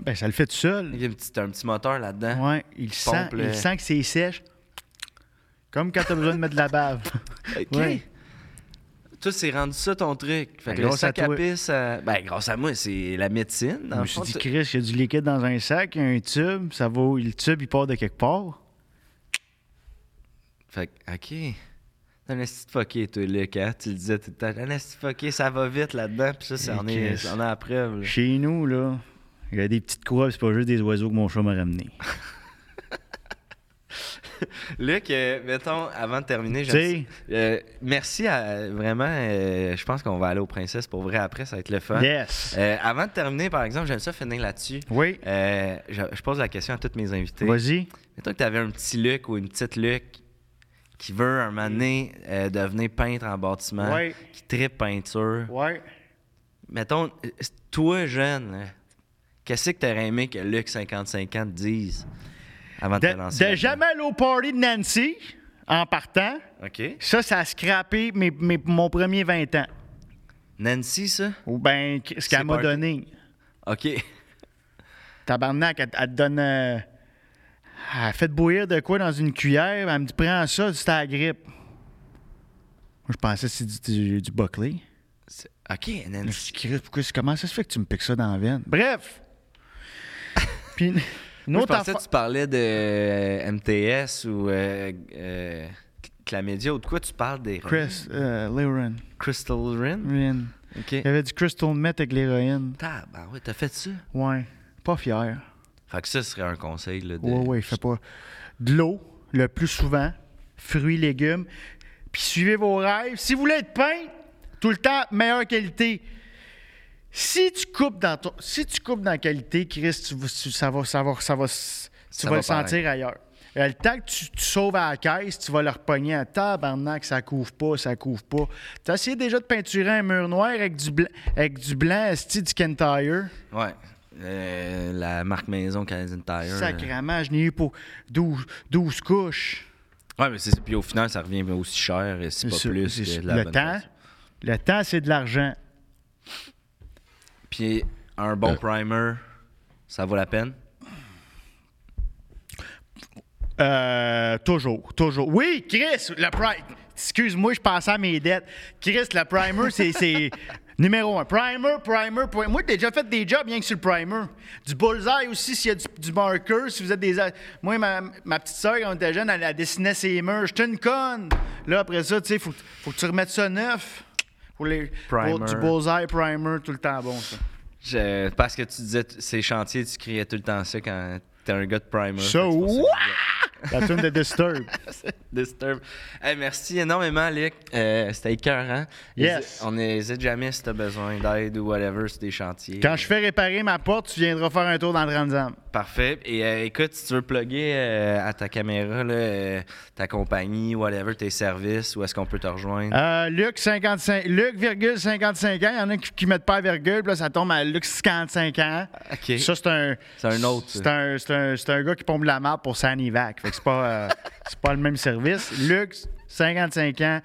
ben ça le fait tout seul.
Il y a un petit, un petit moteur là-dedans.
Ouais, il sent,
Pompe le-
il sent que c'est sèche. Comme quand t'as besoin de mettre de la bave.
OK.
Ouais.
Toi, c'est rendu ça ton truc. Fait
Ben,
que le
grâce à
sac à,
toi.
pisse, euh, ben, grâce à moi, c'est la médecine.
Je
[laughs] Dans
me
le
suis
fond,
dit,
tu-
Chris, il y a du liquide dans un sac, il y a un tube, ça vaut. Le tube, il part de quelque part.
Fait que, OK. T'es un esti de fucké, toi, Luc. hein? Tu le disais tout le temps. Un esti de fucké, ça va vite là-dedans. Puis ça, c'est
Et
en est,
Chris.
c'en est la preuve. là.
Chez nous, là, il y a des petites croix, c'est pas juste des oiseaux que mon chat m'a ramené.
Luc, euh, mettons, avant de terminer,
Tu
j'aime-
sais.
Euh, merci à, vraiment. euh, je pense qu'on va aller aux princesses pour vrai après, ça va être le fun.
Yes!
Euh, avant de terminer, par exemple, j'aime ça finir là-dessus.
Oui.
Euh, je, je pose la question à tous mes invités.
Vas-y.
Mettons que tu avais un petit Luc ou une petite Luc qui veut un moment donné euh, devenir peintre en bâtiment,
Ouais.
qui tripe peinture.
Ouais.
Mettons, euh, toi, jeune, là, qu'est-ce que tu aurais aimé que Luc, 55 ans, te dise avant de,
De,
te lancer?
de
là-dedans?
jamais aller au party de Nancy en partant,
OK.
ça, ça a scrappé mes, mes- mon premier 20 ans.
Nancy, ça?
Ou ben, qu- ce
C'est
qu'elle m'a
party.
donné.
OK.
Tabarnak, elle, elle te donne. euh, elle fait bouillir de quoi dans une cuillère, elle me dit prends ça, c'est à la grippe. Moi, je pensais que c'est du, du, du Buckley.
C'est- OK,
Je me
Nancy.
suis dit, Christ, pourquoi, comment ça se fait que tu me piques ça dans la veine?
[laughs]
Bref! Puis, une- une
Moi,
autre
je pensais
affaire-
que tu parlais de euh, MTS ou euh, euh, Chlamydia ou de quoi tu parles des
Chris, euh, Lauren,
Crystal Rin.
Rin.
OK.
Il y avait du crystal meth avec l'héroïne.
Ah, ben ouais, t'as fait ça.
Ouais, pas fier.
Fait que ça serait un conseil. Là, de...
Ouais, ouais, fais pas. De l'eau, le plus souvent, fruits, légumes, puis suivez vos rêves. Si vous voulez être peint, tout le temps, meilleure qualité. Si tu coupes dans ton, si tu coupes dans la qualité, Chris, tu, vas- tu- ça va, ça va, ça va, s- tu
Ça
vas
va
le sentir ailleurs. Euh, le temps que tu, tu sauves à la caisse, tu vas le repogner à tabarnak, ça couvre pas, ça couvre pas. T'as essayé déjà de peinturer un mur noir avec du blanc, avec du blanc, esti, du Kentire?
Ouais.
Euh, la marque maison Canadian Tire. euh.
Sacrament, je n'ai eu pour 12, 12 couches.
Ouais, mais c'est ça. Puis au final, ça revient aussi cher, et si pas
C'est-
plus.
c'est-
que de la
le
bonne
temps,
chose.
le temps, c'est de l'argent.
Puis un bon primer, ça vaut la peine.
Euh, toujours, toujours. Oui, Chris, le primer. Excuse-moi, je pensais à mes dettes. Chris, le primer, c'est- c'est numéro un. Primer, primer, primer. Moi, j'ai déjà fait des jobs rien que sur le primer. Du bullseye aussi, s'il y a du, du marker, si vous êtes des. a- Moi, ma, ma petite soeur, quand on était jeune, elle, elle dessinait ses murs. J'étais une conne. Là, après ça, tu sais, faut, faut que tu remettes ça neuf. Pour, les, pour
Primer.
du bullseye, primer, tout le temps bon, ça.
Je- parce que tu disais t- ces chantiers, tu criais tout le temps ça quand t'es un gars de primer.
Ça,
Fait que c'est pour que
ouah!
je
[laughs] La tune de Disturb.
[laughs] Disturb. Hey, merci énormément, Luc. Euh, C'était écœurant.
Yes.
Hési- On n'hésite jamais si t'as besoin d'aide ou whatever sur des chantiers.
Quand je fais réparer ma porte, tu viendras faire un tour dans le Transam.
Parfait. Et euh, écoute, si tu veux plugger euh, à ta caméra, là, euh, ta compagnie, whatever, tes services, où est-ce qu'on peut te rejoindre?
Euh, Luc, 55, Luc, virgule, 55 ans. Il y en a qui, qui mettent pas la virgule, puis là, ça tombe à Luc, 55 ans.
OK.
Ça, c'est un.
C'est un autre, ça.
C'est un, c'est un- c'est un gars qui pompe de la marde pour Sanivac. Fait que
[laughs]
c'est pas, euh, c'est pas le même service. Luc, 55 ans,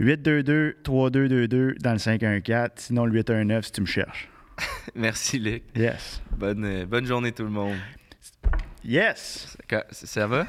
822-3222 dans le 514. Sinon, le 819 si tu me cherches.
[laughs] Merci, Luc.
Yes.
Bonne, euh, bonne journée, tout le monde. [laughs]
Yes!
Ça, ça va?